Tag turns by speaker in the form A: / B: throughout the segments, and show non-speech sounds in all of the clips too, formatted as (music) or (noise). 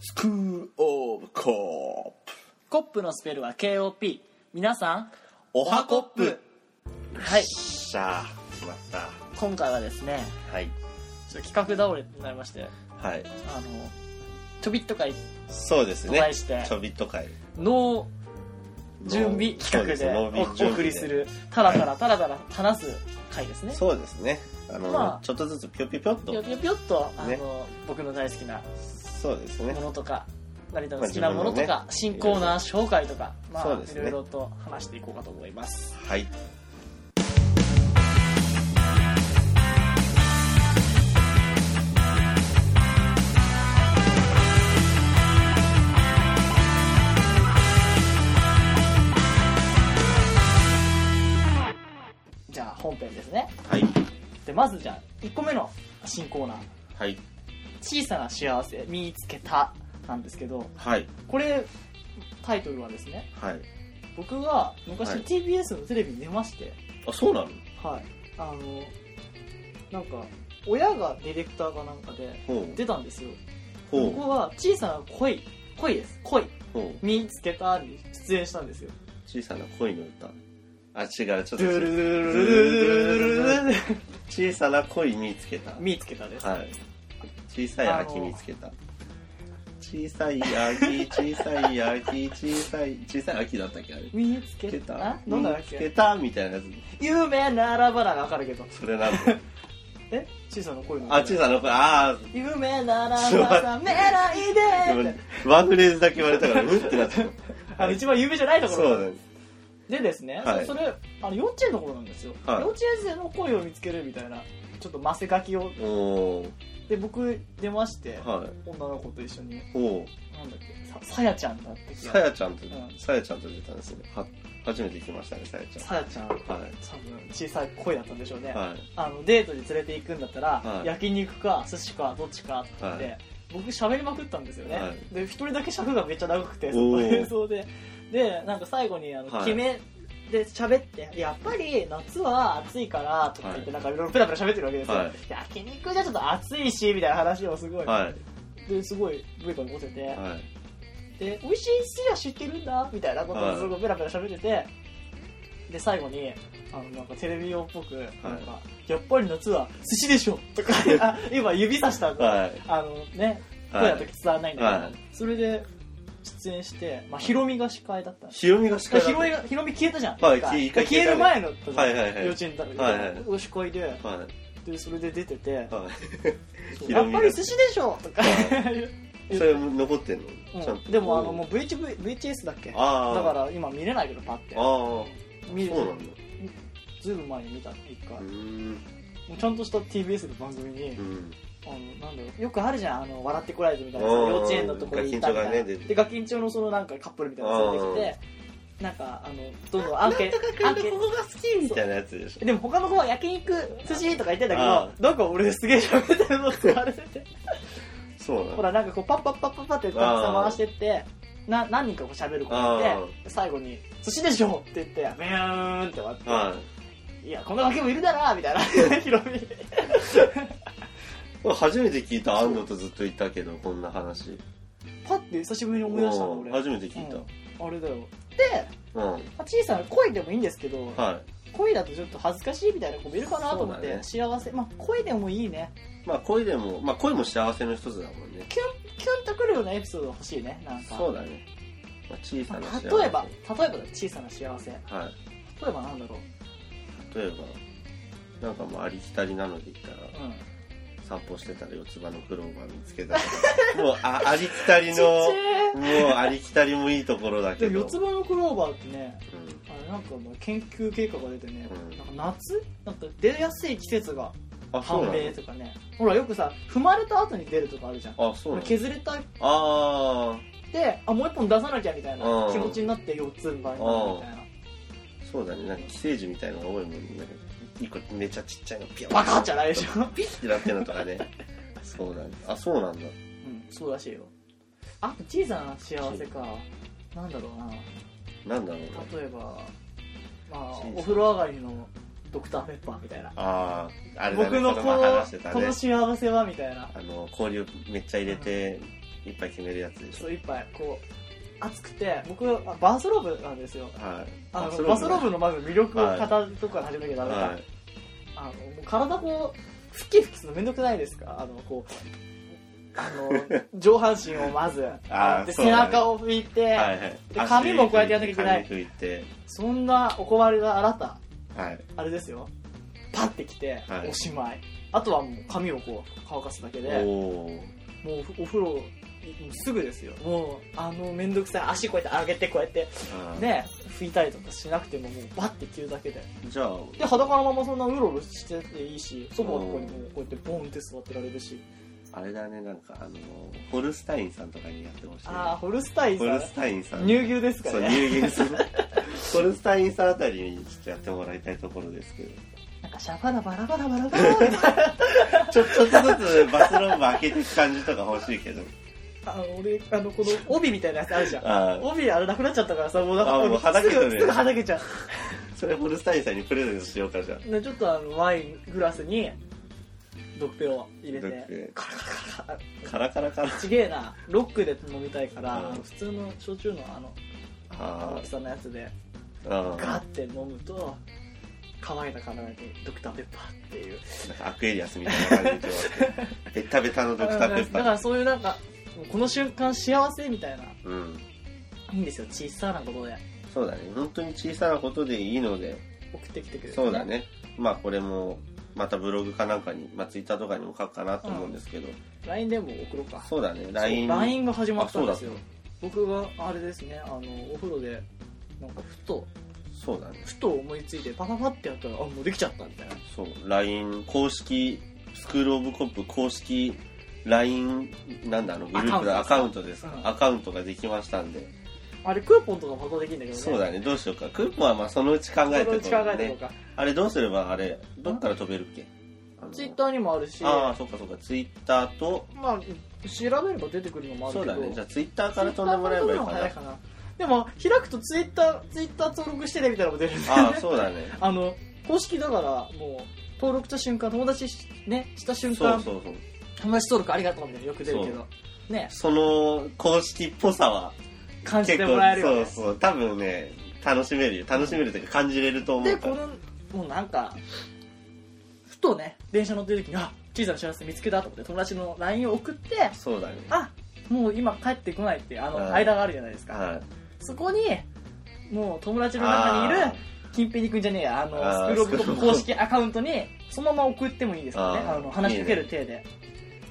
A: スクールオブコープ
B: コップのスペルは KOP 皆さん
A: おはコップよ
B: はい
A: っしゃー決まった
B: 今回はですね
A: はい
B: ちょっと企画倒れになりまして
A: はい
B: あのちょびっとかい
A: そうです
B: お
A: ね
B: 会いして
A: ちょびっと会
B: の準備
A: そう
B: 企画
A: です
B: で
A: ね
B: お
A: ノービー準備で
B: 送りするタラタラタラタラ話す回ですね
A: そうですねあの、
B: まあ
A: ちょっとずつぴょぴょぴょっ
B: ぴ
A: と
B: ょぴょぴょっとあの、
A: ね
B: 僕の大好きな
A: そうですね
B: ものとか成田の好きなものとか、
A: まあ自
B: 新
A: 分のね
B: コーナー紹介とか、ま
A: そう
B: あ
A: です
B: い
A: ね
B: ろいろと話していこうかと思います
A: はい
B: じゃあ本編ですね
A: はい
B: でまずじゃあ1個目の新コーナー
A: はい
B: 「小さな幸せ見つけた」なんですけど
A: はい
B: これタイトルはですね
A: はい
B: 僕が昔
A: はい
B: TBS のテレビに出まして、
A: あそうなの
B: はい、あのなんか親がディレクターかなんかで
A: ほう
B: 出たんですよ
A: ほ
B: 僕は小さな恋恋です恋
A: うほう
B: 見つけたに出演したんですよ
A: 小さな恋の歌あ違うちょっと
B: ドゥル
A: 違う
B: ルルルルルルルル
A: 小さな恋見つけた
B: 見つけたです、
A: はい。小さい秋見つけた。小さい (laughs) 秋、小さい秋、小さい、小さい秋だったっけあれ。見
B: 見つけ
A: つけ
B: た
A: た
B: あなんだっ
A: 見つけ
B: け
A: たみたいなや
B: 有名ならばながわかるけど
A: つ。それなんだ。
B: え小さな恋の
A: あ、小さな声、あ
B: 有名ならばさめない
A: ー
B: で
A: でも
B: って、
A: ワンフレーズだけ言われたから、うんってなった。
B: あの一番有名じゃないと
A: (laughs)
B: こ
A: そ
B: ろ
A: うだね。
B: でですね、
A: はい
B: それあの幼稚園の頃なんですよ、
A: はい
B: 幼稚園生の恋を見つけるみたいなちょっとマセ書きを
A: おー。
B: で僕出まして、
A: はい。
B: 女の子と一緒に
A: おー。
B: なんだっけささやちゃんだって
A: さやちゃんと
B: う、ん
A: さやちゃんと出たんですね。は、初めて来ましたね、さやち
B: さやちゃん多
A: ゃん。はい。
B: 分小さい恋だったんでしょうね、
A: はい。
B: あのデートに連れて行くんだったら、
A: はい
B: 焼肉か寿司かどっちかって言って、
A: は
B: 僕喋りまくったんですよね、
A: はい
B: で一人だけ尺がめっちゃ長くて
A: おー
B: その映像ででなんか最後にあの、
A: はい
B: 決めで喋ってやっぱり夏は暑いからとか言って、なんかいろいろペラペラ喋ってるわけですよ、
A: はい
B: 焼肉じゃちょっと暑いしみたいな話をすごい、
A: はい。
B: ですごいブイカに持てて、
A: はい。
B: で美味しい寿司は知ってるんだみたいなことをすごいペラペラ喋ってて、で最後にあのなんかテレビ用っぽくなんか、やっぱり夏は寿司でしょ」とかあ今指さしたの、
A: はい。
B: あのね
A: はい
B: 声だと伝わらないんだけど、
A: はい
B: それで出演して、まあ、ヒロミが司会だったんです
A: ひろみが司会だった
B: ヒロミがヒロミ消えたじゃん、
A: はい
B: 一回
A: 一回
B: 消える前の時、
A: はいはいはい
B: 幼稚園だった
A: はいはい
B: お司会で
A: は
B: でそれで出てて、
A: い。はい。ヒ
B: や
A: ロ
B: っ
A: ミ
B: ぱ
A: が
B: り寿司でしょ」とか、
A: は
B: (laughs)
A: それも残ってん
B: う
A: の、
B: ん
A: ちゃんと
B: でもあのもう VH VHS だっけ
A: ああ
B: だから今見れないけどパッて
A: ああ
B: 見る
A: そうなんだ
B: ずいぶん前に見た一回、
A: う
B: も
A: ーん
B: うちゃんとした TBS の番組に、
A: うん
B: あのなんだろうよくあるじゃんあの笑ってこられてみたいなさ
A: うん
B: 幼稚園のところにいたみたい
A: ガ
B: な、
A: キンチョがね出て
B: でガキンチョのそのなんかカップルみたいなの連れてきてなんかあのどんどんアンケートアンケー
A: が好きみ
B: み
A: た
B: た
A: いなやつでしょ
B: トでも他の子は焼肉寿司とか言ってんだけど
A: あ
B: なんか俺すげえ喋ってるのって言われてて
A: そうなんだ
B: ほらなんかこうパッパッパッパッパってたくさん回してってな何人かこう喋る子がいて最後に「寿司でしょ!」って言って「ビューン!」って終わって
A: はい
B: 「いやこんなガキもいるだな」みたいなヒロミ
A: これ初めて聞いた安藤とずっと言ったけどこんな話
B: パッて久しぶりに思い出したの
A: うん
B: 俺
A: 初めて聞い
B: あれだよで、
A: たうん
B: まあ小さな恋でもいいんですけど、
A: は
B: 恋だとちょっと恥ずかしいみたいな子もいるかなと思っ
A: そう
B: て、
A: だね
B: 幸せまあ恋でもいいね
A: いまあ恋でもまあ恋も幸せの一つだもんね
B: キュンキュンとくるようなエピソード欲しいねなんか
A: そうだね、まあ、小さな幸せ
B: 例えば例えばだよ小さな幸せ例
A: はい
B: えばなんだろう
A: 例えばなんかもうありきたりなので言ったら
B: うん
A: 散歩してたら四つ葉のクローバー見つけたと
B: (laughs)
A: かもうあありきたり
B: ちっ
A: の
B: ちゃい
A: もうありきたりもいいところだけ
B: でも
A: ど
B: 四つ葉のクローバーってね
A: うん
B: あれなんかもう研究結果が出てね、
A: うん
B: なんか夏なんか出やすい季節が
A: あそう
B: 判
A: なん
B: 明とかねほらよくさ踏まれた後に出るとかあるじゃん
A: だあそうなんだ
B: 削れたっ
A: ああ
B: てあもう一本出さなきゃみたいな
A: うん
B: 気持ちになって四つ葉になるみたいな
A: そうだねなんか寄生獣みたいのが多いもんね一個めちゃちっちゃいのピョン
B: バカじゃないでしょ、
A: ピッてなってるのとか
B: (laughs)
A: ねそうだねあそうなんだ
B: うん、そうらしいよあと小さな幸せかなんだろうな
A: なんだろうな
B: 例えばまあ
A: 小さな
B: お風呂上がりのドクターペッパーみたいな。
A: ああ、あれだね、
B: 僕の
A: こ
B: こ
A: の前話して
B: の、
A: た
B: こ
A: ね
B: の。幸せはみたいな。
A: あの、氷をめっちゃ入れて、いっぱい決めるやつでし
B: そ
A: ょ。
B: う、一杯、こう、熱くて、僕、あバースローブなんですよ。
A: はい。
B: あの、
A: ね
B: バスローブのまず魅力を語るとこから始めなきゃダメだ。
A: はい。
B: あの、もう体こう、ふきふきするのめんどくないですかあの、こう、あ
A: (laughs)
B: の、上半身をまず、
A: あー
B: で
A: そう
B: 背
A: だね
B: 中を拭いて、
A: はいはい。
B: で髪もこうやってやんなきゃいけない
A: 足拭いて
B: そんなお困りがあなた、
A: 髪拭いて。はい。
B: あれですよ、パッて来て、
A: はい
B: おしまい。あとはもう髪をこう乾かすだけで、
A: おー。
B: もうおお風呂、もうすぐですよ。もう、あの、めんどくさい足こうやって上げて、こうやって、
A: あー
B: ね、拭いたりとかしなくても、もうバッて着るだけで。
A: じゃあ、
B: で、裸のままそんなうろうろしてていいし、ソファーとかにもこうやってボンって座ってられるし。
A: あれだね、なんか、あの、ホルスタインさんとかにやってほしいね。
B: ああ、ホルスタイン
A: ホルス
B: さ
A: タインさん。
B: ん。乳牛ですか
A: そう、
B: ね。
A: 入銀す
B: (laughs)
A: る。ホルスタインさんあたりにちょっとやってもらいたいところですけど。
B: なんかシャバダバラバラバラバラみたいな。
A: ちょ、ちょっとずつバスローブ開けていく感じとか欲しいけど。
B: あの、俺、あの、この帯みたいなやつあるじゃん。
A: ああ、
B: 帯あれなくなっちゃったからさ、もうなんか
A: あもうはだけ
B: す
A: た
B: ぐ、
A: ね
B: すぐはだけちゃ
A: それホルスタインさんにプレゼントしようか、じゃあ。
B: う。でちょっとあの、ワイングラスに、ドッペを入れ
A: ドッ
B: て、
A: ペ
B: カラカラカラ。
A: カラカラカラ。
B: ちげえな、ロックで飲みたいから、
A: うん
B: 普通の焼酎のあの、
A: あ
B: 大きさのやつで、
A: あ、ああ。
B: ガッて飲むと、乾いた体にドクターペッパーっていう。
A: なんかアクエリアスみたいな感じで言ってますけど。ベッタベタのドクターペッパ
B: だか
A: ー。
B: らそういうなんか、この瞬間幸せみたいな。
A: うん。
B: いいんですよ、小さなことで
A: そうだね。本当に小さなことでいいので、
B: 送ってきてくれる、
A: そうだ。ね。まあこれも、またブログかなんかに、まあツイッターとかにも書くかなと思うんですけど、
B: LINE でも送ろうか。
A: そうだね。
B: そう
A: LINE。
B: LINE が始まったんですよ
A: あ。
B: 僕があれですね、あの、お風呂で、なんかふと、
A: そうだね。
B: ふと思いついて、パパパってやったら、あ、もうできちゃったみたいな。
A: そう、LINE、公式、スクールオブコップ公式 LINE、なんだ、あの、グループの
B: ア
A: ア
B: カ
A: カ
B: ウ
A: ウ
B: ン
A: ン
B: ト
A: ト
B: で
A: ですす
B: か
A: か、
B: うん
A: アカウントができましたんで。
B: あれ、クーポンとかも発行できるんだけどね。
A: そうだね、どうしようか。クーポンはまあそのうち考え
B: そのう
A: て
B: ち
A: こ
B: 考
A: う
B: えていこ
A: ね
B: う。か。
A: あれどうすれば、あれ、どっから飛べるっけあの
B: ツイッターにもあるし、
A: ああ、そっかそっか、ツイッターと、
B: まあ、調べれば出てくるのもある
A: そう
B: けど。
A: だね、じゃあツイッターから飛んでもらえばいいかな。
B: ツイッターから飛ぶのも早いかな。でも、開くとツイッター、ツイッター登録してねみたいなのも出るんだよ
A: あ
B: ね
A: あ、そうだね。
B: (laughs) あの、公式だから、もう、登録した瞬間、友達しね、した瞬
A: そ
B: 間
A: う、そうそう。
B: 友達登録ありがとうみたいなのよく出るけど、ね、
A: その公式っぽさは、
B: 感じ
A: 結
B: て
A: 構
B: もらえるよ、ね。
A: そうそう、多分ね、楽しめるよ。楽しめるというか感じれると思
B: で、
A: うか
B: こ
A: ら。
B: の、もうなんか、ふとね、電車乗ってる時に、あ、小さな幸せ見つけたと思って、友達の LINE を送って、
A: そうだね。
B: あ、もう今帰ってこないって、あ
A: う
B: の、
A: ん
B: 間があるじゃないですか。
A: はい。
B: そこに、もう友達の中にいる
A: あ、
B: 金平にくんじゃねえや、あの、
A: あー
B: スクロールオブコップ公式アカウントに、そのまま送ってもいいですからね、
A: あ
B: あ
A: ー
B: の、話しかける体で。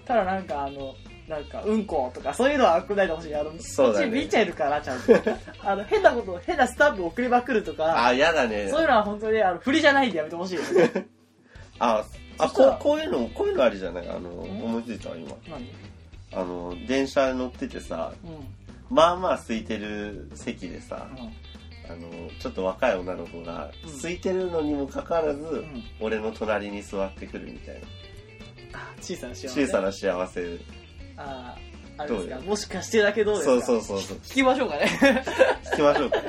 B: ただなんか、あの、なんか、うんことか、そういうのは送らないでほしい。あの、
A: そうだね
B: っち見ちゃえるから、ちゃん
A: (laughs)
B: と。あの、変なこと、変なスタンプ送りまくるとか、
A: あ、やだね。
B: そういうのは本当に、あの、振りじゃないんでやめてほしいですね。
A: あ、あ
B: そした
A: こ
B: ら
A: うこういうの、こういうのありじゃないあの、思いついたわ、今。
B: 何
A: あの、電車乗っててさ、
B: うん。うん。
A: まあまあ空いてる席でさ、あの、ちょっと若い女の子が、
B: うん
A: 空いてるのにもかかわらず、
B: うん。
A: 俺の隣に座ってくるみたいな。
B: あ、小さな幸せ。
A: 小さな幸せ。
B: あー、あれで
A: ど
B: す
A: う
B: か、
A: よ
B: もしかしてだけどうですか
A: そうそうそうそう。
B: 聞きましょうかね。 (laughs)
A: 聞きましょうか。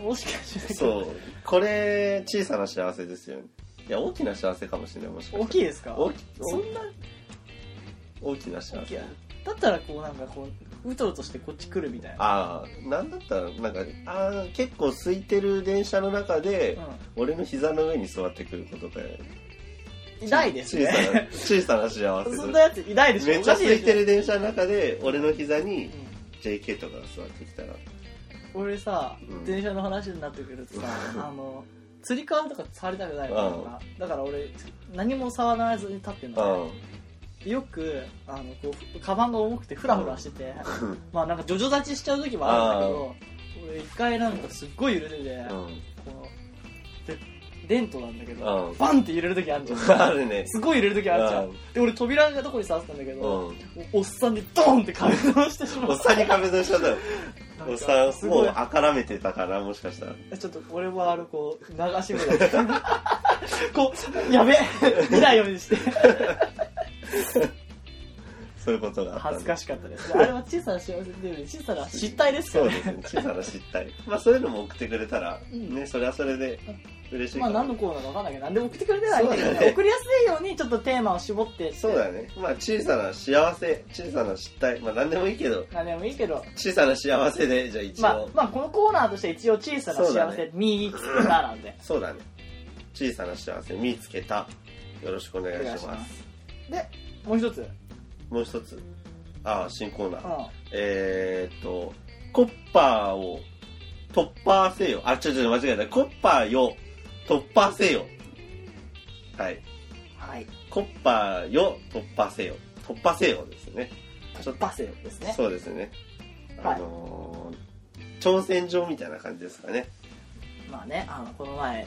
B: もしかして。
A: そう。これ、小さな幸せですよね。いや、大きな幸せかもしれない、もしか
B: 大
A: して。
B: きいですか
A: 大き
B: そんな
A: 大きな幸
B: 大きい
A: せ。
B: だったらこうなんかこううとうとしてこっち来るみたいな
A: ああ、なんだったら、なんか、ああ、結構空いてる電車の中で、俺の膝の上に座ってくることかよ
B: うんいないです
A: 小さ
B: ね
A: な、小さな幸せ
B: そん
A: と
B: なやついないでしょ
A: めっちゃ
B: おかし
A: 空
B: で
A: い
B: して
A: る電車の中で、俺の膝に
B: ょ
A: JK とかが座ってきたら、
B: うん俺さ
A: うん
B: 電車の話になってくる
A: (laughs)
B: とさ
A: うん
B: あの釣り革とか触りたくないからだから俺何も触らずに立ってんの
A: うん。
B: よくあのこうカバンが重くてフラフラしてて
A: うん。
B: まあなんかジョジョ立ちしちゃう時もあるんだけど俺一回なんかすっごい揺れててこのでデントなんだけ
A: う
B: ど
A: ん
B: バンって揺れる時あるじゃん
A: (laughs) あるね。
B: すごい揺れる時あるじゃ
A: うん
B: ん。で、俺扉がどこに触ってたんだけ
A: う
B: ど、
A: ん。
B: おおっさんでドーンって壁をしてしまった。
A: おっさんに壁ドンしちゃったよ。
B: なんか
A: おっさ
B: す
A: ん、も
B: ご
A: う
B: い。
A: あからめてたから、もしかしたら。
B: ちょっと俺はあの、こう、流し目だった。こう、やべ見ないようにして。
A: そういうことがあった。
B: 恥ずかしかったです。あれは小さな幸せっていうより小さな失態ですか
A: そう
B: ら
A: で
B: ね。
A: (laughs) すね。小さな失態。まあそういうのも送ってくれたら、
B: うん
A: ね、それはそれで嬉しい
B: ま
A: か
B: あ
A: も
B: 何のコーナーか分かんないけど何でも送ってくれたらいいんだけど
A: そう
B: ね
A: だね
B: 送りやすいようにちょっとテーマを絞ってって
A: そうだねまあ小さな幸せ小さな失態まあ何でもいいけど
B: 何でもいいけど
A: 小さな幸せでじゃあ一応、
B: まあ、まあこのコーナーとして一応小さな
A: そうだ
B: 幸
A: ね
B: せ見つけたなんで
A: そうだね小さな幸せ見つけたよろしくお願いします
B: お願いしまでもう一つ、うん、
A: もう一つああ新コーナー、えーっとコッパーを突破せよあちょちょ間違えたコッパーよ突破せよはい
B: はい
A: コッパーよ突破せよ突破せよですねちょっと
B: 突破せよですね
A: そうですね。
B: はい
A: あのー挑戦状みたいな感じですかね。
B: まあねあのこの前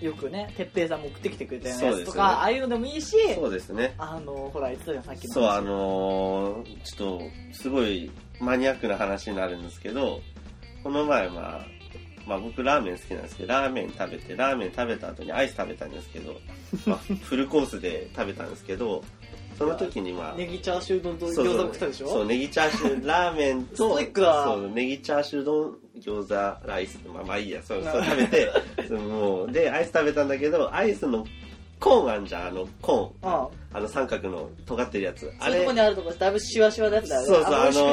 B: よくね哲平さんも送ってきてくれたような
A: そう
B: や
A: で
B: つ
A: す
B: と
A: よ
B: か、
A: ね
B: ああいうのでもいいし
A: そうですね。
B: あのほら言ってたじゃんさっきの
A: そう、あのーちょっと、すごいマニアックな話になるんですけど、この前、まあ、まあ僕ラーメン好きなんですけど、ラーメン食べて、ラーメン食べた後にアイス食べたんですけど、まあ、フルコースで食べたんですけど、その時にまあ、
B: (laughs) ネギチャーシュー丼と餃
A: そう
B: 子
A: そう
B: 食ったでしょ
A: そうネギチャーシューラーメンと
B: ストイックだ
A: そうネギチャーシュー丼餃子ライスまあまあいいやそうそう食べてそうもうでアイス食べたんだけどアイスのコーンあんじゃんあのコーン
B: あ
A: あの三角の尖ってるやつ
B: あ
A: あ
B: そういう
A: れ
B: とこにあるとこだいぶシワシワだった
A: そうそうあのそう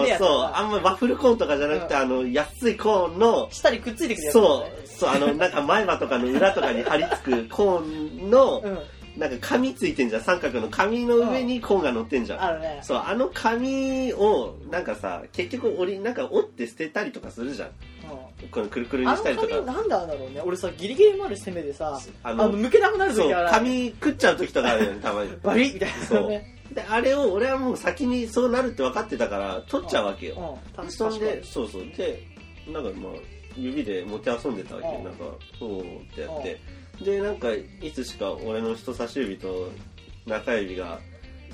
A: あ
B: うん
A: まワッフルコーンとかじゃなくて、
B: うん
A: あの安いコーンの
B: 下にくっついてくるやつだよ
A: そ
B: ね
A: うそうあのなんか前歯とかの裏とかに貼り付くコーンの、
B: うん
A: なんか紙ついてんじゃん三角の紙の上にコーンが乗ってんじゃん、
B: あるね
A: そうあの紙をなんかさ結局折りなんか折って捨てたりとかするじゃんこのくるく
B: う
A: る
B: ん
A: に
B: あ
A: したりと
B: の紙
A: か
B: なんであれだろうね俺さギリギリまで攻めでさ
A: あ
B: あ
A: の
B: の抜けなくなる
A: そ
B: 時
A: う
B: ある
A: 紙食っちゃう時とかあるよねたまに
B: バリッみたいな
A: そう
B: ね
A: であれを俺はもう先にそうなるって分かってたから取っちゃうわけ
B: うん
A: よ、
B: 確
A: そん
B: か
A: で
B: に
A: そうそうでなんかまあ指で持ち遊んでたわけ、
B: うん
A: なんかそうってやって、でなんかいつしか俺の人差し指と中指が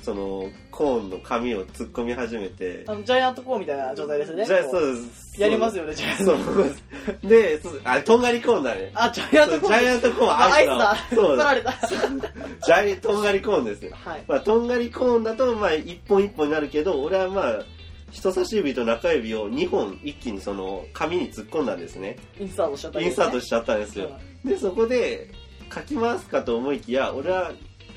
A: そのコーンの紙を突っ込み始めて
B: あのジャイアントコーンみたいな状態ですね
A: じゃあ
B: こう
A: そうです
B: やりますよねジャイアント
A: (laughs) そう。で、そうあれ、とんがりコーンだね。
B: あジャイアン
A: そ
B: ト
A: うジ
B: コーン
A: ャイアントコーン
B: あアイスだ
A: そ
B: 取
A: う
B: られた
A: ジャイとんがりコーンですよ。
B: はい
A: まあ、とんがりコーンだと、まあ、一本一本になるけど、俺はまあ、人差し指と中指を2本一気にその紙に突っ込んだんですね。
B: インサートしちゃった
A: インサート
B: し
A: しちゃったんですよ。で、そこで、書き回すかと思いきや、俺は、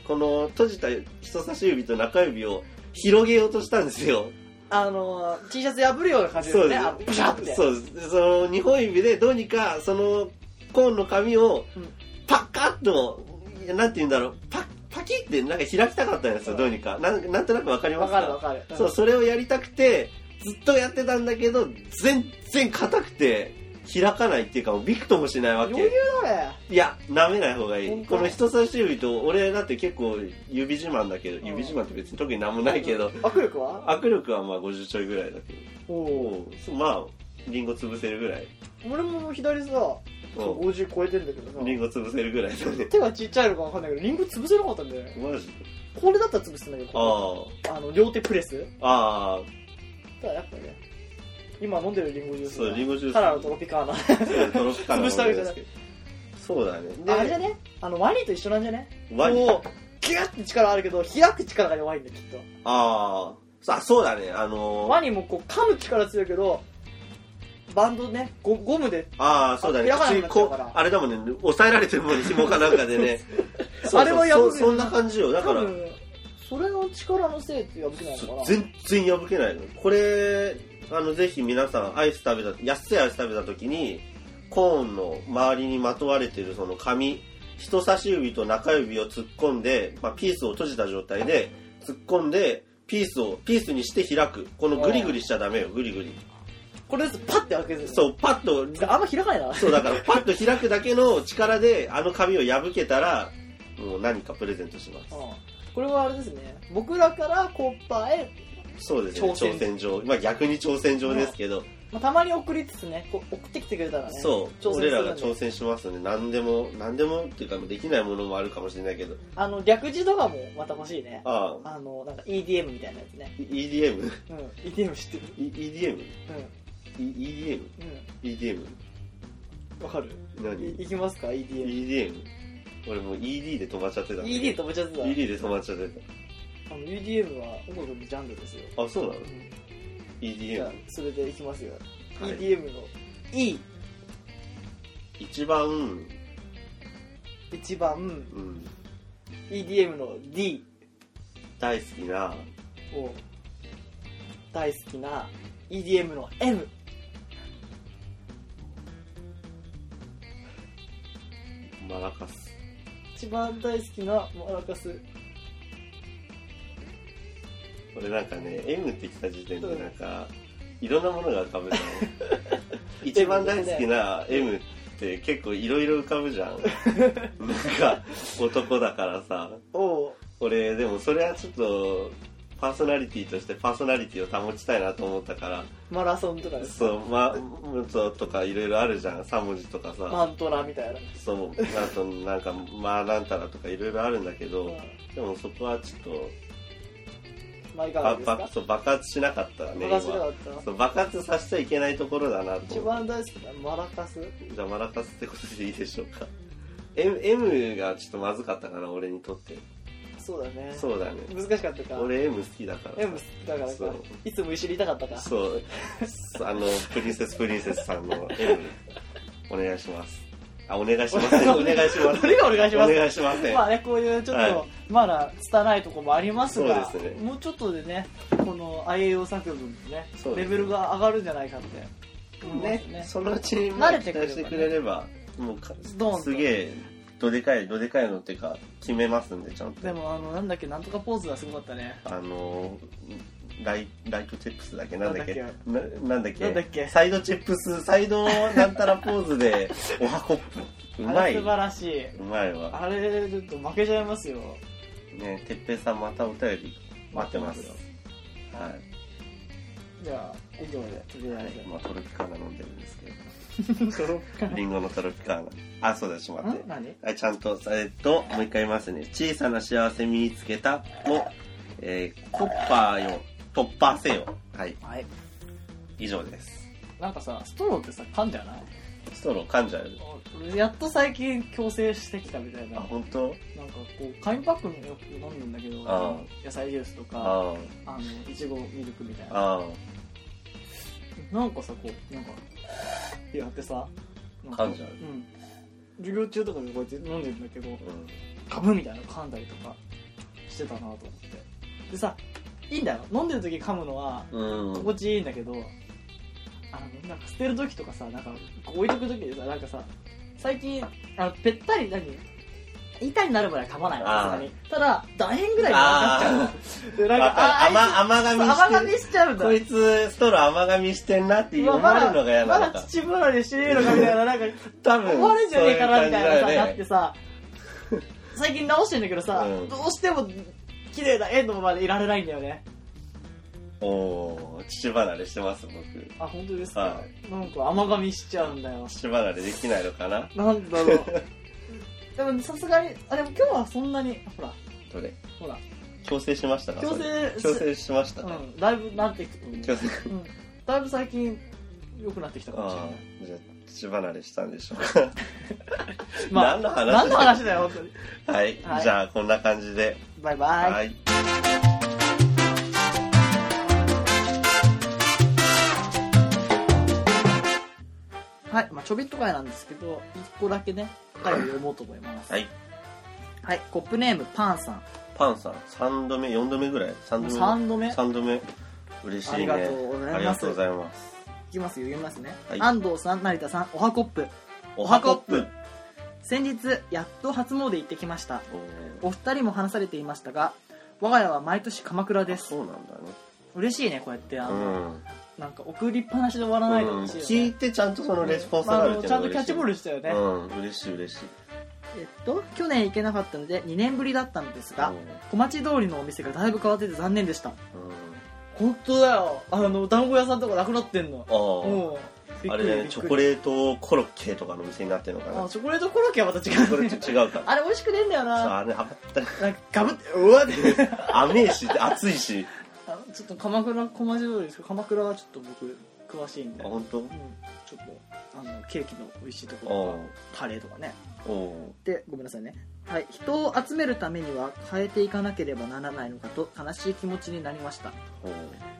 A: この閉じた人差し指と中指を広げようとしたんですよ。
B: あの T シャツ破るような感じで
A: そう
B: す
A: で
B: ね
A: す
B: あのブシャッて
A: そうですその2本指でどうにかそのコーンの紙を
B: うん
A: パカッと、なんて言うんだろうパパキってなんか開きたかったんですよ、
B: うん
A: どうにかなんなんとなくわかりま
B: わ
A: す
B: かるわかる
A: そうそれをやりたくてずっとやってたんだけど全然硬くて開かないっていうかもうびくともしないわ
B: 余裕
A: け
B: だね
A: いや舐めない方がいい
B: 本
A: こ
B: 当
A: の人差し指と俺だって結構指自慢だけど、
B: ん
A: 指自慢って別に特になんもないけど、
B: 握力は
A: 握力はまあ50ちょいぐらいだけど
B: お
A: おそうまあリンゴ潰せるぐらい
B: 俺も左さ
A: うん
B: 50超えてんだけど
A: リン
B: さ
A: ゴ潰せるぐらいだ
B: (laughs)
A: ね
B: 手がちっちゃいのかわかんないけどリンゴ潰せなかったんだよね
A: マジ
B: これだったら潰すんだけどこ
A: あ
B: うあの両手プレス
A: ああ
B: ただやっぱね今飲んでるリンゴジュース
A: そうリンゴジュース
B: ただのトロピカーナ
A: あそうトロピカルな
B: (laughs) 潰したわけじゃな
A: もの
B: い
A: ですけどそうだねで
B: あれじゃねあのワニと一緒なんじゃね
A: ワニ
B: こうギュッて力あるけど開く力が弱いんだよきっと
A: あーそうあそうだねあのー
B: ワニもこう噛む力強いけどバンドねゴゴムで
A: ああそうだね
B: 開かな
A: 口
B: くなっちゃう
A: こ
B: から
A: あれだもんね抑えられてるもんね紐かなんかで
B: (laughs)
A: ね
B: あれはやばい
A: そうそうそんな感じよだか
B: 多
A: ら
B: 分それの力のせいって破けないのかな
A: 全然破けないのこれあのぜひ皆さんアイス食べた安いアイス食べた時にコーンの周りにまとわれてるその紙人差し指と中指を突っ込んで、まあ、ピースを閉じた状態で突っ込んでピースをピースにして開くこのグリグリしちゃダメよグリグリ
B: これですパッて開けずに
A: そうパッと
B: あんま開かないな (laughs)
A: そうだからパッと開くだけの力であの紙を破けたらもう何かプレゼントします
B: これはあれですね僕らからコッパーへ、
A: そうですね
B: 挑戦
A: 挑戦状まあ逆に挑戦状ですけど、
B: まあ、たまに送りつつねこう送ってきてくれたらね
A: そう
B: 挑戦す
A: 俺
B: る
A: ら
B: んで
A: が挑戦しますので何でも何でもっていうかできないものもあるかもしれないけど
B: あの略字とかもまた欲しいね
A: ああ
B: あのなんか EDM みたいなやつね
A: EDM
B: うん EDM 知ってる
A: E- EDM
B: う
A: EDM
B: んう
A: EDM
B: んわかる
A: 何
B: いいきますか EDMED
A: EDM 俺もう ED で止まっちゃってた
B: とめちゃってた
A: ED で止まっちゃってた
B: あの EDM は音楽のジャンルですよ
A: あそうなの
B: うんじゃ
A: EDM
B: あそれでいきますよ
A: はい
B: EDM の E
A: 一番
B: 1番
A: うん
B: EDM の D
A: 大好きな
B: を大好きな EDM の M
A: マラカス
B: 一番大好きなマラカス
A: 俺なんかね M って来た時点でなんかいろんなものが浮かぶじゃん (laughs) 一番大好きな M って結構いろいろ浮かぶじゃ (laughs) んなんか男だからさ
B: を
A: 俺でもそれはちょっとパーソナリティとしてパーソナリティを保ちたいなと思ったから
B: マラソンとかです
A: そうまそうとかいろいろあるじゃん3文字とかさ、
B: マントラみたいな、
A: そうあとなんかまあなんたらとかいろいろあるんだけど、
B: うん
A: でもそこはちょっと
B: まあいか
A: ば
B: がです
A: ば
B: か
A: そう爆発しなかったね
B: マラカスだ
A: 今
B: った
A: そう爆発させちゃいけないところだなと
B: 一
A: 思っ
B: 番大好きなマラカス
A: てじゃあマラカスってことでいいでしょうか M, M がちょっとまずかったかな俺にとって
B: そうだね
A: そうだね
B: 難しかったか
A: 俺 M 好きだから
B: M だから
A: そ
B: か
A: う
B: いつも一緒にいたかったか (laughs)
A: そうあのプリンセスプリンセスさんの M お願いしますあお願いします
B: (laughs)
A: お願いします
B: 俺がお願いします
A: お願いします
B: (laughs) まあね、こういうちょっと、
A: はい
B: まだ拙いとこもありますが
A: そうですね
B: もうちょっとでねこの IAO 作文のね
A: そうで
B: レ
A: す
B: ベルが上がるんじゃないかって思います
A: ね
B: ね
A: そのうちに
B: 慣れてくればね
A: してくれればもうか
B: ドーンと
A: すげえどでかいどでかいのっていうか決めますんでちゃんと
B: でもあのなんだっけなんとかポーズがすごかったね
A: あのーライライトチップスだっけなんだっけ
B: な
A: ななんだっけ
B: なんだっけ
A: サイドチップスサイドなんたらポーズで
B: (laughs)
A: おはコップう
B: あ
A: ま
B: れ
A: い
B: 素
A: う
B: 晴らしい
A: まいわ
B: あれちょっと負けちゃいますよ
A: ねてっぺいさんまたお便り待ってます
B: 待
A: はい、
B: じゃあ以上でとりあ
A: は
B: え
A: い、まあトロピカーナ飲んでるんですけ (laughs)
B: ずドロップ
A: どリンゴのトロピカーナあそうだしまって
B: ん何
A: はい、ちゃんと、えっと、もう一回言いますね。小さな幸せ身につけたを、えー、コッパーよ、突破せよ。はい、
B: はい
A: 以上です。
B: なんかさストローってさ噛んじゃない
A: ストロー噛んじゃう。
B: 俺やっと最近矯正してきたみたい
A: あ、
B: な
A: 本当
B: なんかこう紙パックのよく飲むんだけど
A: あ
B: 野菜ジュースとか
A: あ
B: あのいちごミルクみたい
A: あ、
B: な
A: あ
B: なんかさこうなんかやってさな
A: あ、
B: か
A: 噛んじゃう。
B: うん授業中とかでこうやって飲んでるんだけど
A: うん。
B: ガブみたいなの噛んだりとかしてたなと思ってでさいいんだよ飲んでる時噛むのは
A: うん。
B: 心地いいんだけどあのなんか捨てる時とかさなんかこう置いとく時でさなんかさ最近あのぺったり何板になるぐらい噛まないわ
A: あー
B: さすがにただ楕円ぐらいになっ
A: あ
B: ちゃうでな
A: あ、
B: んか
A: わか
B: あ
A: る。
B: ー
A: 甘、甘
B: あい
A: 噛
B: つ
A: み
B: そう甘噛
A: し
B: み
A: て。
B: しちゃうんだ
A: こいつ、ストロー甘噛みしてんなっていう
B: まあ
A: 思われるのが嫌
B: ま
A: な
B: だ
A: のか。
B: 秩父までしてねえのかみたいな、なんか、
A: 多分、
B: 壊れんじゃねえかなみたいな
A: そうう感じ
B: さ、
A: だよ
B: なってさ、最近直してんだけどさ、
A: うん
B: どうしても、綺麗な円のままでいられないんだよね。
A: おー、父離れしてます、僕。
B: あ、本当ですか、
A: は
B: なんか甘噛みしちゃうんだよ。
A: 父離れできないのかな
B: なんだろう。でもさすがに、あ、でも今日はそんなに、ほら、
A: どれ
B: ほら、
A: 強制しましたか
B: 矯正
A: 強制しました
B: う
A: ね。
B: ん、だいぶなってきた。うん
A: 強制
B: だいぶ最近、良くなってきたかもしれ
A: あ
B: ない。
A: あ、じゃあ、父離れしたんでしょうか。何の話
B: 何の話だよ、本当に。
A: はい、
B: はい
A: じゃあ、こんな感じで。
B: バイバイ。
A: い
B: はい、まあちょびっと回なんですけど、一個だけね、回を読もうと思います。
A: はい。
B: はい、コップネーム、パンさん。
A: パンさん、3度目、4度目ぐらい ?3 度目。
B: 3度目。い
A: 三度目。嬉しいね。
B: ありがとうございます
A: ありがとうございます。
B: きますよ、読みますね。
A: はい
B: 安藤さん、成田さん、おはコップ。
A: お
B: は
A: はこ
B: こっ
A: っ
B: ぷ
A: ぷ。
B: 先日、やっと初詣行ってきました。
A: お
B: お二人も話されていましたが、我が家は毎年鎌倉
A: ー
B: です。
A: そうなんだね。
B: 嬉しいね、こうやって。あ
A: う
B: の、
A: ん。
B: なんか送りっぱなしで終わらないでほしいよね。
A: 聞いてちゃんとそのレスポンスがあるってい
B: あの
A: う
B: ち
A: の
B: ゃ
A: が
B: んとキャッチボー
A: ル
B: ルしたよね。
A: うん、嬉しい嬉しい。
B: えっと、去年行けなかったので2年ぶりだったのですが
A: うん、
B: 小町通りのお店がだいぶ変わってて残念でした。本当だよあの団子屋さんとかなくなってん
A: う
B: の
A: ん。あ
B: もう
A: あ。あれだね、チョコ
B: ー
A: レートコロッケとかのお店になってるのか
B: トあ
A: な。
B: チョコレートコロッケはまた違
A: こ
B: う、
A: れ
B: ね、
A: と違うから。
B: あれ美味しくねえんだよな
A: さあね、あった
B: なんかガブってうわって
A: 甘えし、暑いし。
B: あのちょっと鎌倉小町通りですけど鎌倉はちょっと僕詳しいんで、
A: あ、
B: うん、
A: 本当。
B: ちょっとあのケーキの美味しいとこ
A: お
B: ろとかカレーとかね
A: おお
B: でごめんなさいねはい人を集めるためには変えていかなければならないのかと悲しい気持ちになりました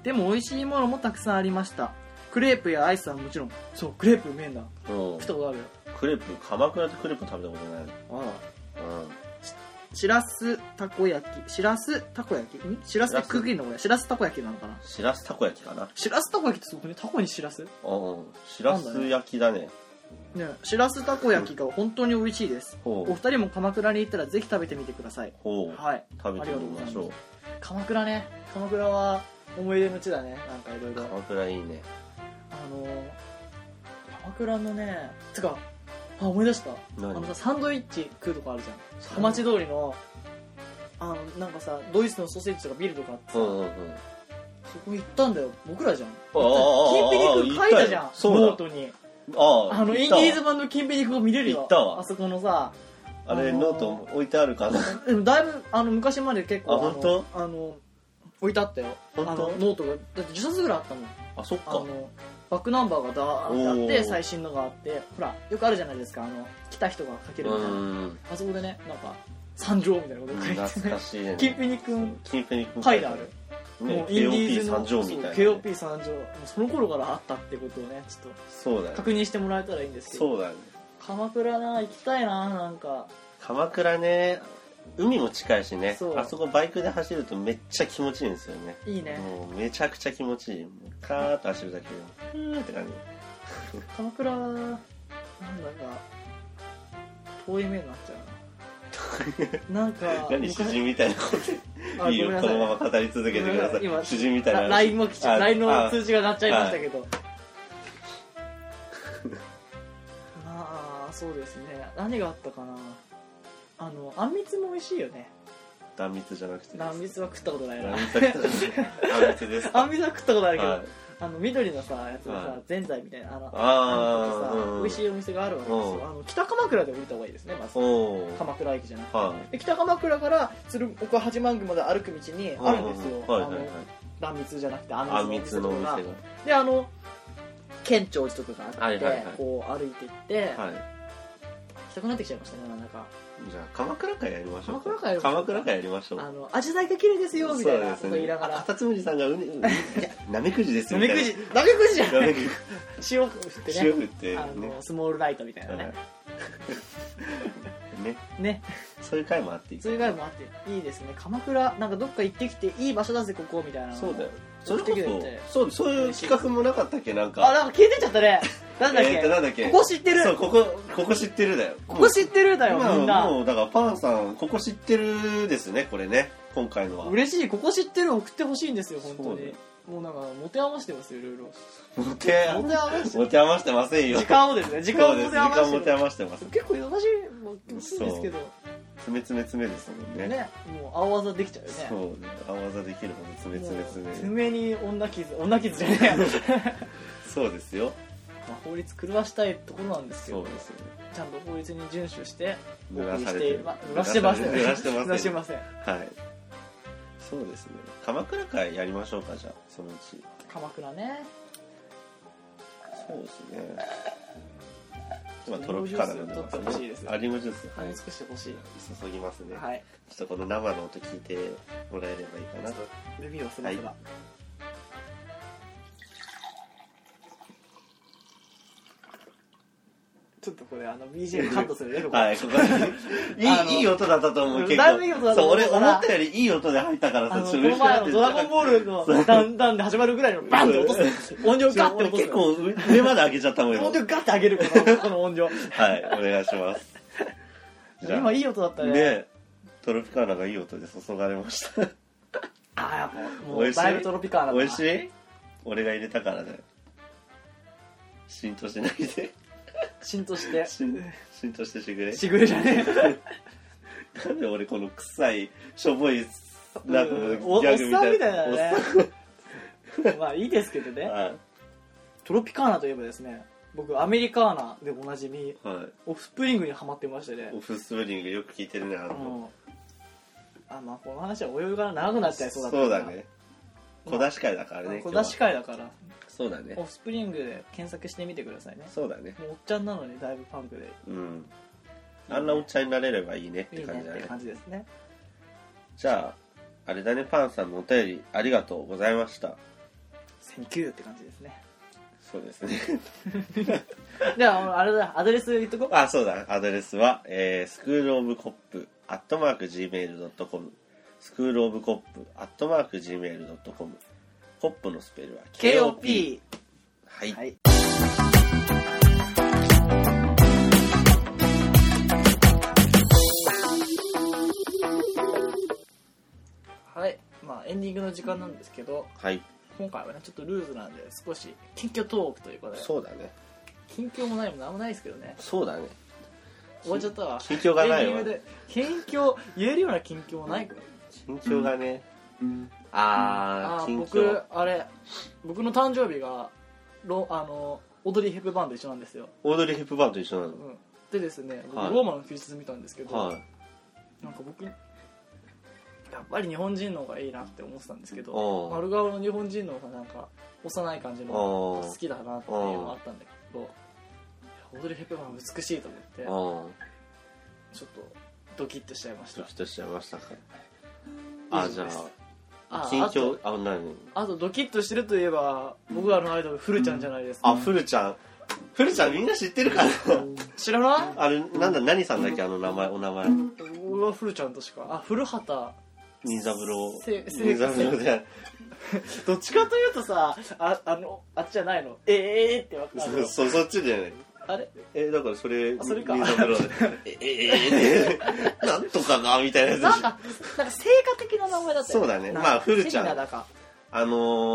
B: でも美味しいものもたくさんありましたクレープやアイスはもちろんそうクレープうめえんだ
A: おお
B: 食ったことあるよ
A: クレープ鎌倉でクレープ食べたことない
B: ああしらすたこ焼きしらすたこ焼きんしらすってくぐりのこれしらすたこ焼きなのかな
A: しらすたこ焼きかな
B: しらすたこ焼きってすごくねタコにしらす
A: うんしらす焼きだね
B: ねしらすたこ焼きが本当に美味しいです
A: ほ
B: お二
A: う
B: 人も鎌倉に行ったらぜひ食べてみてください
A: ほう
B: はい
A: 食べてみましょう
B: 鎌倉ね鎌倉は思い出の地だねなんかいろいろ
A: 鎌倉いいね
B: あの鎌倉のねつかあ思い出したあ
A: 何
B: のさサンドイッチ食うとこあるじゃん小町通りのあのなんかさドイツのソーセージとかビールとかあってさ、
A: うんうんうん
B: そこ行ったんだよ僕らじゃん
A: ああ
B: 金
A: あ
B: ピ肉書いた
A: 行
B: じ
A: った
B: ゃん
A: よ
B: ノ
A: そうだ
B: ートに
A: ああ
B: あのイ
A: 行った
B: ンデ
A: わ
B: ィーズ版の金ピ肉を見れるよ
A: 行ったわ
B: あそこのさ
A: あれ
B: あの
A: ノ
B: ー
A: ート置いてあるかな
B: でもだいぶあの昔まで結構
A: あ
B: の
A: 本当
B: あの置いてあったよ
A: 本当
B: あのノートがだって10冊ぐらいあったもん
A: あそっ
B: あ
A: か
B: のバックナンバーがダーってあっ
A: お
B: て
A: ー
B: 最新のがあってほらよくあるじゃないですかあの来た人が書ける
A: う
B: みたいな、
A: ん
B: あそこでねなんか参上みたいなこと書いて
A: 懐
B: ね
A: かしいね
B: (laughs) 金ピニ君
A: 金ペニ君
B: 書いてある、
A: ね
B: もうインディー
A: KOP
B: ズ
A: 三
B: の
A: 条みたいなね
B: KOP 参上もうその頃からあったってことをねちょっ
A: そうだ
B: と
A: ね
B: 確認してもらえたらいいんですけど
A: そうだね
B: 鎌倉な行きたいななんか
A: 鎌倉ね海も近いしね
B: そう
A: あそこバイクで走るとめっちゃ気持ちいいんですよね
B: いいね
A: もうめちゃくちゃ気持ちいいもうカーッと走るだけでふーって感じ
B: 鎌倉なんだか遠い目になっちゃうななんか
A: 何詩人みたいなこといいよ
B: ごめんな
A: こ
B: さ
A: のまま語り続けてくださ
B: 今
A: い詩人みたいな話
B: LINE も来ちゃ
A: あ
B: う LINE の
A: あ
B: 通知が鳴っちゃいましたけど (laughs) まあそうですね何があったかなあのあんみつも美味しいよね
A: 断蜜じゃなくて
B: あんみつは食ったことない
A: 断
B: な
A: 蜜だけど断蜜です
B: (laughs) あんみつは食ったことあるけど、
A: はい
B: あの緑のさやつでさ
A: はい
B: ぜんざいみたいなあの
A: あ
B: あんみつと
A: あ
B: さ美味しいお店があるわけです
A: うん
B: よあの北鎌倉で降りた方がいいですねまず
A: おお
B: 鎌倉駅じゃなくて
A: は
B: で北鎌倉から鶴岡八幡宮まで歩く道に
A: い
B: あるんですよ、
A: はいはいはい
B: あの乱密じゃなくてあ
A: あ
B: ん
A: んみ
B: み
A: つ
B: つ
A: の
B: の
A: お
B: お店とか
A: 店
B: がであの県庁寺とかがあって、
A: はいはいはい
B: こう歩いてって、
A: がはい
B: 行きたくなってきちゃいましたねなんか
A: じゃあ鎌倉会やりましょう
B: 鎌倉会やりましょう
A: 鎌倉会やりましょう
B: あの味だけ綺麗ですよみたいなこ
A: そう
B: と
A: です
B: 言い
A: ね
B: なが
A: あ
B: ら
A: カタツムリさんがう
B: (laughs)
A: ねうねいやなめくじです
B: な
A: よ
B: めくじなめくじじゃ
A: な
B: (laughs) な
A: め
B: い
A: くじ
B: 塩振ってね
A: 塩振ってね
B: あのスモールライトみたいなね、
A: はいね
B: ね
A: そういう会もあっていい
B: そういうぐらいもあっていいですね鎌倉なんかどっか行ってきていい場所だぜここみたいな
A: そうだよそ
B: 送
A: れ
B: っ
A: こ
B: てきてくれて
A: そそうそういう企画もなかったっけなん
B: あ
A: か
B: なんか消えてっちゃったねなんだっけ,、
A: えーとなんだっけ
B: ここ知ってる
A: そうここここ知ってるだよ
B: ここ知ってるだよ、
A: 今
B: みんな。
A: もうだからパンさんここ知ってるですねこれね今回のは
B: 嬉しい、ここ知ってる送ってほしいんですよ、本当
A: そうだよ
B: に。もうなんか、持て余してますよ、いろいろ。
A: 持て
B: 持て余して
A: 持て余してませんよ
B: 時間をですね、時間を
A: そうです
B: 持て
A: 時間持
B: 余してて。
A: 余してます
B: 結構忙しいもんですけど、
A: 詰め詰め詰めですもんね
B: ね、もう青技できちゃうよね。
A: そうね青技できること詰め詰め詰
B: もう
A: め
B: 爪に女傷、女傷じ
A: (laughs)
B: ゃねえや。
A: そうですよ
B: まあ法律狂わしたいところなんですけ
A: そう
B: ど
A: で、すよ
B: ちゃんと法律に遵守して、
A: 濡らされ
B: してて
A: る、
B: 濡らしてません。
A: 濡らしてま
B: 濡らし
A: せ
B: て
A: ん
B: ません。
A: はいそうですね鎌倉会やりましょうかじゃあそのうち
B: 鎌倉ね。
A: そうですね今トロピカルなんで
B: 取ってほしいです
A: アリンゴジュース
B: あ
A: は
B: れ
A: い
B: 少し欲しい。
A: 注ぎますね、
B: はい。
A: ちょっとこの生の音聞いてもらえればいいかなと
B: 指をすませば。ちょっとこれあの BGM カットするね、ここ。
A: はい、ここ
B: (laughs) あ
A: に。
B: の
A: いい、いい音だったと思う、結構。
B: だいぶいい音だと思う
A: そう、俺
B: から
A: 思ったよりいい音で入ったから
B: あ
A: さ、
B: の、
A: ち
B: こ
A: ょっと
B: の
A: 嬉しくなっ
B: 前の
A: て
B: ドラゴンボールのダンダンで始まるぐらいのバンって落とす。
A: (laughs)
B: 音量ガッて
A: 俺
B: 落とす
A: 結。構上まで上げちゃったもんよ。
B: 音
A: は
B: 量ガッて上げる、
A: (laughs)
B: このこの音量。
A: い、お願いし
B: (laughs)
A: ます。じゃあ
B: 今いい音だった
A: ね
B: ね。
A: えトロピカーナがいい音で注がれました。
B: ああ、やっぱ、も
A: 美
B: う
A: 味しい
B: だいぶトロピカーな。
A: 美味しい俺が入れたからだよ。浸透しない
B: (laughs)
A: で。
B: 浸透して。
A: 浸浸透してしてくれ。
B: しぐれじゃねえ。
A: なんで俺この臭い、しょぼい、なんか
B: おおっさんみたいな
A: おっ
B: ね
A: さん。 (laughs)
B: まあいいですけどね。
A: はい
B: トロピカーナといえばですね、僕アメリカーナでおなじみ、
A: はい。
B: オフスプリングにハマってましてね
A: オ。フスプリングよく聞いてるね、あの。
B: うん。あ、まあこの話はお湯が長くなっちゃいそうだった
A: そうだね小出し会だから
B: まあ
A: ね
B: 小出し会だから、
A: 今日はそうだね
B: オフスプリングで検索してみてくださいね。
A: そうだね
B: もうおっちゃんなのにだいぶパンクで。
A: うんあんなおっちゃんになれればいいねっ
B: い
A: て
B: いね
A: 感じだ
B: って
A: ね
B: 感じですね。
A: じゃああれだねパンさんのお便りありがとうございました
B: センキューって感じですね。
A: そうですね (laughs)
B: じゃあ、あのあれだ、アドレス言っとこう。
A: あそうだアドレスは、えー、スクールオブコップアットマーク Gmail.com、スクールオブコップ、アットマーク Gmail.com、コップのスペルは KOP。
B: KOP。
A: はい。
B: はい。はい。まあ、エンディングの時間なんですけど、
A: はい。
B: 今回はね、ちょっとルーズなんで、少し、近況トークということで、
A: そうだね。
B: 近況もないもなんもないですけどね、
A: そうだね。
B: 終わっちゃったわ。
A: 近況がない
B: エンディ
A: わ
B: ング。で、近況、言えるような近況もないから。
A: 近況がね。あ
B: あ
A: ー、
B: ー
A: 近
B: 僕
A: 況。
B: あれ僕の誕生日がロあのオードリー・ヘップバーンと一緒なんですよ、
A: オードリー・ヘップバーンと一緒な
B: う
A: の。
B: ん、でですね僕、
A: はい
B: ローマの休日見たんですけど、
A: はい。
B: なんか僕やっぱり日本人の方がいいなって思ってたんですけ
A: お
B: ど
A: う
B: 丸顔の日本人の方がなんか幼い感じの
A: おう
B: 好きだなっていうのがあったんだけどいやオードリー・ヘップバーン美しいと思って
A: うん。
B: ちょっとドキッとしちゃいまし
A: ド
B: た
A: キッとしちゃいましたか。あー、じゃ
B: あ
A: あ、
B: あ
A: 近
B: と
A: 況、あ、何
B: あとドキッとしてるといえば僕らのアイドルフルちゃんじゃないですか、
A: あ、フルちゃん。フルちゃんみんな知ってるかな
B: 知らない
A: あれ、なんだ、何さんだっけあの名前、お名前。
B: 俺は古ちゃんとしかあ古畑
A: 忍三郎。
B: せせ
A: 忍三郎じゃん。
B: どっちかというとさああのあっちじゃないのええー、ってわかる
A: そ、そそっちじゃない。
B: あれ
A: え、だからそれ、
B: あそれか
A: 忍三郎だよえ、え、え、なんとかな、みたいなやつで
B: なん
A: しょ。
B: かなんか成果的な名前だった
A: そうだねまあ古ちゃん
B: セリナだか
A: あの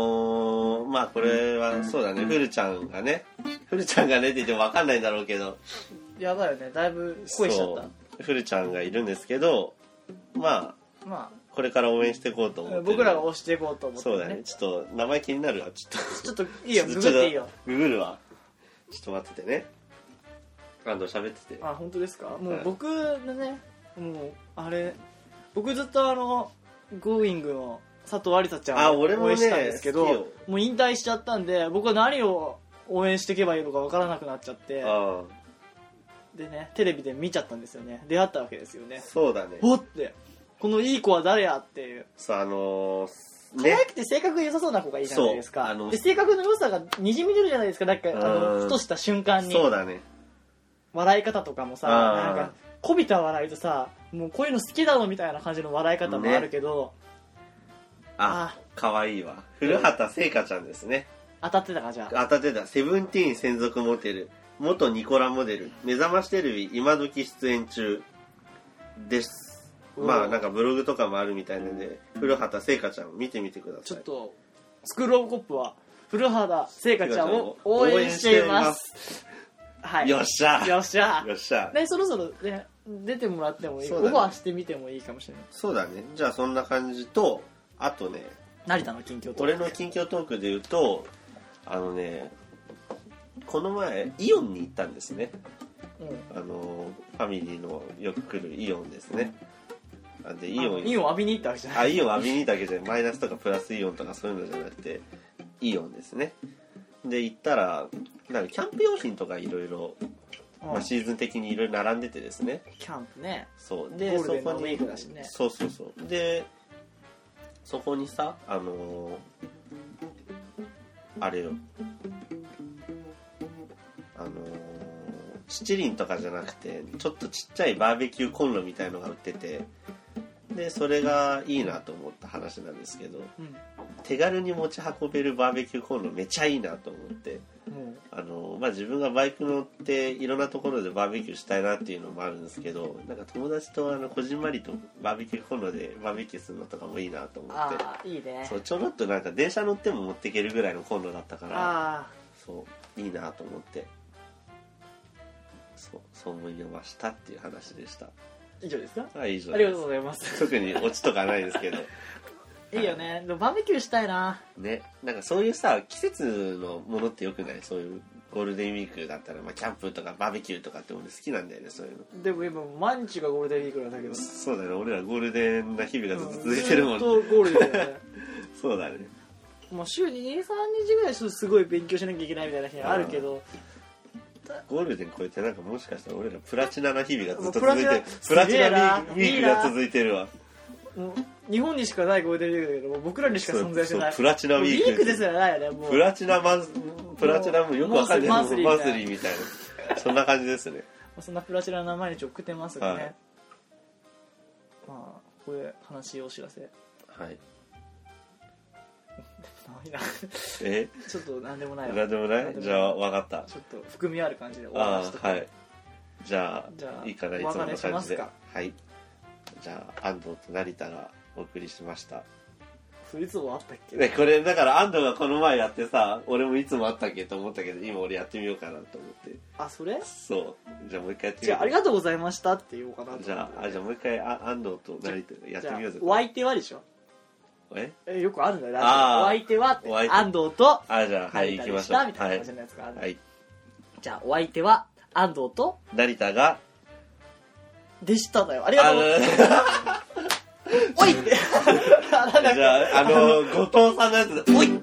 A: ー、まあこれは、そうだね、フルちゃんがね、フルちゃんがねって言ってもわかんないんだろうけど、
B: やばいよねだいぶ恋しちゃっ
A: そうフルちゃんがいるんですけど、まあ、
B: たま
A: これから応援していこうと思って
B: あ
A: る
B: 僕らが推していこうと思って、
A: そうだねちょっと名前気になるわちょっと
B: ちょっといいよ
A: ちょ
B: グ
A: と
B: グっていいよ
A: ググるわちょっと待っててねあの喋ってて
B: あ本当ですかも
A: は
B: う
A: い
B: 僕のねもうあれ僕ずっとあの「Going」の佐藤有沙ちゃ
A: あ
B: んを
A: 俺も
B: 応
A: ね
B: 援してたんですけ
A: 好きよ
B: どもう引退しちゃったんで僕は何を応援していけばいいのかわからなくなっちゃって
A: あ
B: でねテレビで見ちゃったんですよね出会ったわけですよ
A: あ
B: ね
A: そうだね
B: おってこのいい子は誰やっていう
A: そうあのー、
B: 可
A: ね
B: 愛くて性格が良さそうな子がいいじゃないです
A: そうあ
B: か
A: の
B: で性格の良さがにじみ出るじゃないですかなんかあ
A: うん
B: のふとした瞬間に
A: そうだね
B: 笑い方とかもさ
A: あー
B: なんかこびた笑いとさもうこういうの好きだのみたいな感じの笑い方もあるけど、
A: あ
B: あ
A: 可愛いわ古畑聖華ちゃんですね
B: 当たってたかじゃあ
A: 当たってたセブンティーン専属モデル元ニコラモデル目覚ましテレビ今時出演中ですまあなんかブログとかもあるみたいなんで古畑聖華ちゃん見てみてください
B: ちょっとスクールオブコップは古畑聖華ちゃんを応援していますはい
A: よっしゃ
B: よっしゃ
A: よっしゃ
B: ねそろそろ、ね、出てもらってもいい、
A: そう
B: オ
A: だ
B: フ
A: ね
B: ァーしてみてもいいかもしれない
A: そうだねじゃあそんな感じとあとね
B: 成田の近況と
A: 俺の近況トークで言うとあのねこの前イオンに行ったんですね
B: うん
A: あのファミリーのよく来るイオンですねあでイオン
B: あイオン浴びに行ったわけじゃな
A: あ
B: い
A: イオンはミニだけじゃないマイナスとかプラスイオンとかそういうのじゃなくてイオンですねで行ったらなんかキャンプ用品とかいろいろ
B: うん
A: まあシーズン的にいろいろ並んでてですね
B: キャンプね
A: そう
B: ゴ
A: で
B: ール
A: そ
B: デンの
A: こ
B: ウィ
A: に
B: ークだしね
A: そうそうそうでそこにさあのーあれよあのー七輪とかじゃなくてちょっとちっちゃいバーベキューコンロみたいのが売っててでそれがいいなと思った話なんですけど
B: うん
A: 手軽に持ち運べるバーベキューコンロめちゃいいなと思って
B: もう
A: あのまあ、自分がバイク乗っていろんなところでバーベキューしたいなっていうのもあるんですけどなんか友達とあのこじんまりとバーベキューコンロでバーベキューするのとかもいいなと思って
B: ああいいね
A: そうちょろっとなんか電車乗っても持っていけるぐらいのコンロだったから
B: あ
A: そういいなと思ってそうそう思いましたっていう話でした
B: あ以上ですか
A: はい以上
B: ありがとうございます
A: 特にオチとかないですけど (laughs)
B: いいよねでもバーベキューしたいな
A: ねなんかそういうさ季節のものってよくないそういうゴールデンウィークだったら、まあ、キャンプとかバーベキューとかって俺好きなんだよねそういうの
B: でも今毎日がゴールデンウィークなんだけど
A: そうだね俺らゴールデンな日々がずっと続いてるもん、
B: ずっとゴールデンだよね
A: そうだね
B: もう週に23日ぐらいちょっとすごい勉強しなきゃいけないみたいな日あるけど
A: ゴールデン超えてなんかもしかしたら俺らプラチナな日々がずっと続
B: もう
A: い
B: プ
A: て
B: ラチナ
A: るプラチナ
B: すげえな
A: ウィークが続いてるわ
B: もう日本にしかないゴールデンウィークだけどもう僕らにしか存在しない
A: そうプラチナウィーク
B: もうウィークですらないよねもう
A: プラチナマンスプラチナもよくわかんない
B: マンスリー
A: マンスリーみたいなそんな感じですね
B: そんなプラチナな毎日送ってますがね、
A: はい
B: ここで話お知らせ (laughs) で
A: はい。
B: もないな
A: え
B: ちょっと何でもない
A: なん
B: わ
A: でもないじゃあ、わかった。
B: ちょっと含みある感じで終わ
A: あ
B: らせと
A: あ、はい。じゃ
B: じゃ
A: あ、
B: あ
A: いいかな、いつ
B: お
A: も
B: 別
A: の
B: れしま
A: 感
B: す
A: じで。
B: か
A: はい。じゃあ、安藤と成田がお送りしました。
B: それいつ終わったっけ
A: で、これ、だから安藤がこの前やってさ、俺もいつもあったっけと思ったけど、今俺やってみようかなと思って。
B: あそれ
A: そう。じゃあもう一回やってみ
B: じ
A: よ
B: ゃああ
A: う
B: り。がとうございましたって言おうかなと思って
A: じゃあ、あじゃあもう一回あ安藤と成田やってみようぜ
B: じゃ。あお相手はでしょ
A: え
B: えよくあるんだよラジオ
A: あー
B: お相手はって
A: お相手
B: 安藤と
A: あ、じゃあ、はい、行
B: 成田
A: き
B: で
A: ま
B: し
A: しょう。
B: たみたいな
A: はい
B: 感じ。のやつがある、
A: はい。
B: じゃあお相手は安藤と
A: 成田が、
B: でしただよありが
A: あ
B: とう
A: の、
B: お
A: (laughs)
B: いなんだっけ
A: じゃあ、あの、後藤さんのやつで、おい悲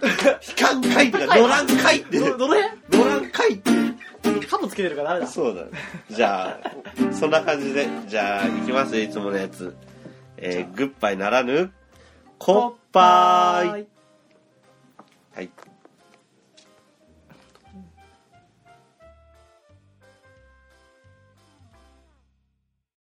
A: 観会とか、
B: はい
A: 野覧会って、
B: どどの辺
A: 野覧会って。
B: カブつけてるからダメだ
A: そうだね。じゃあ、そんな感じで、じゃあ、行きますよ、いつものやつ。
B: じ
A: え
B: ゃ
A: ー、グッバイならぬ、コッパーイ。
B: イ
A: はい。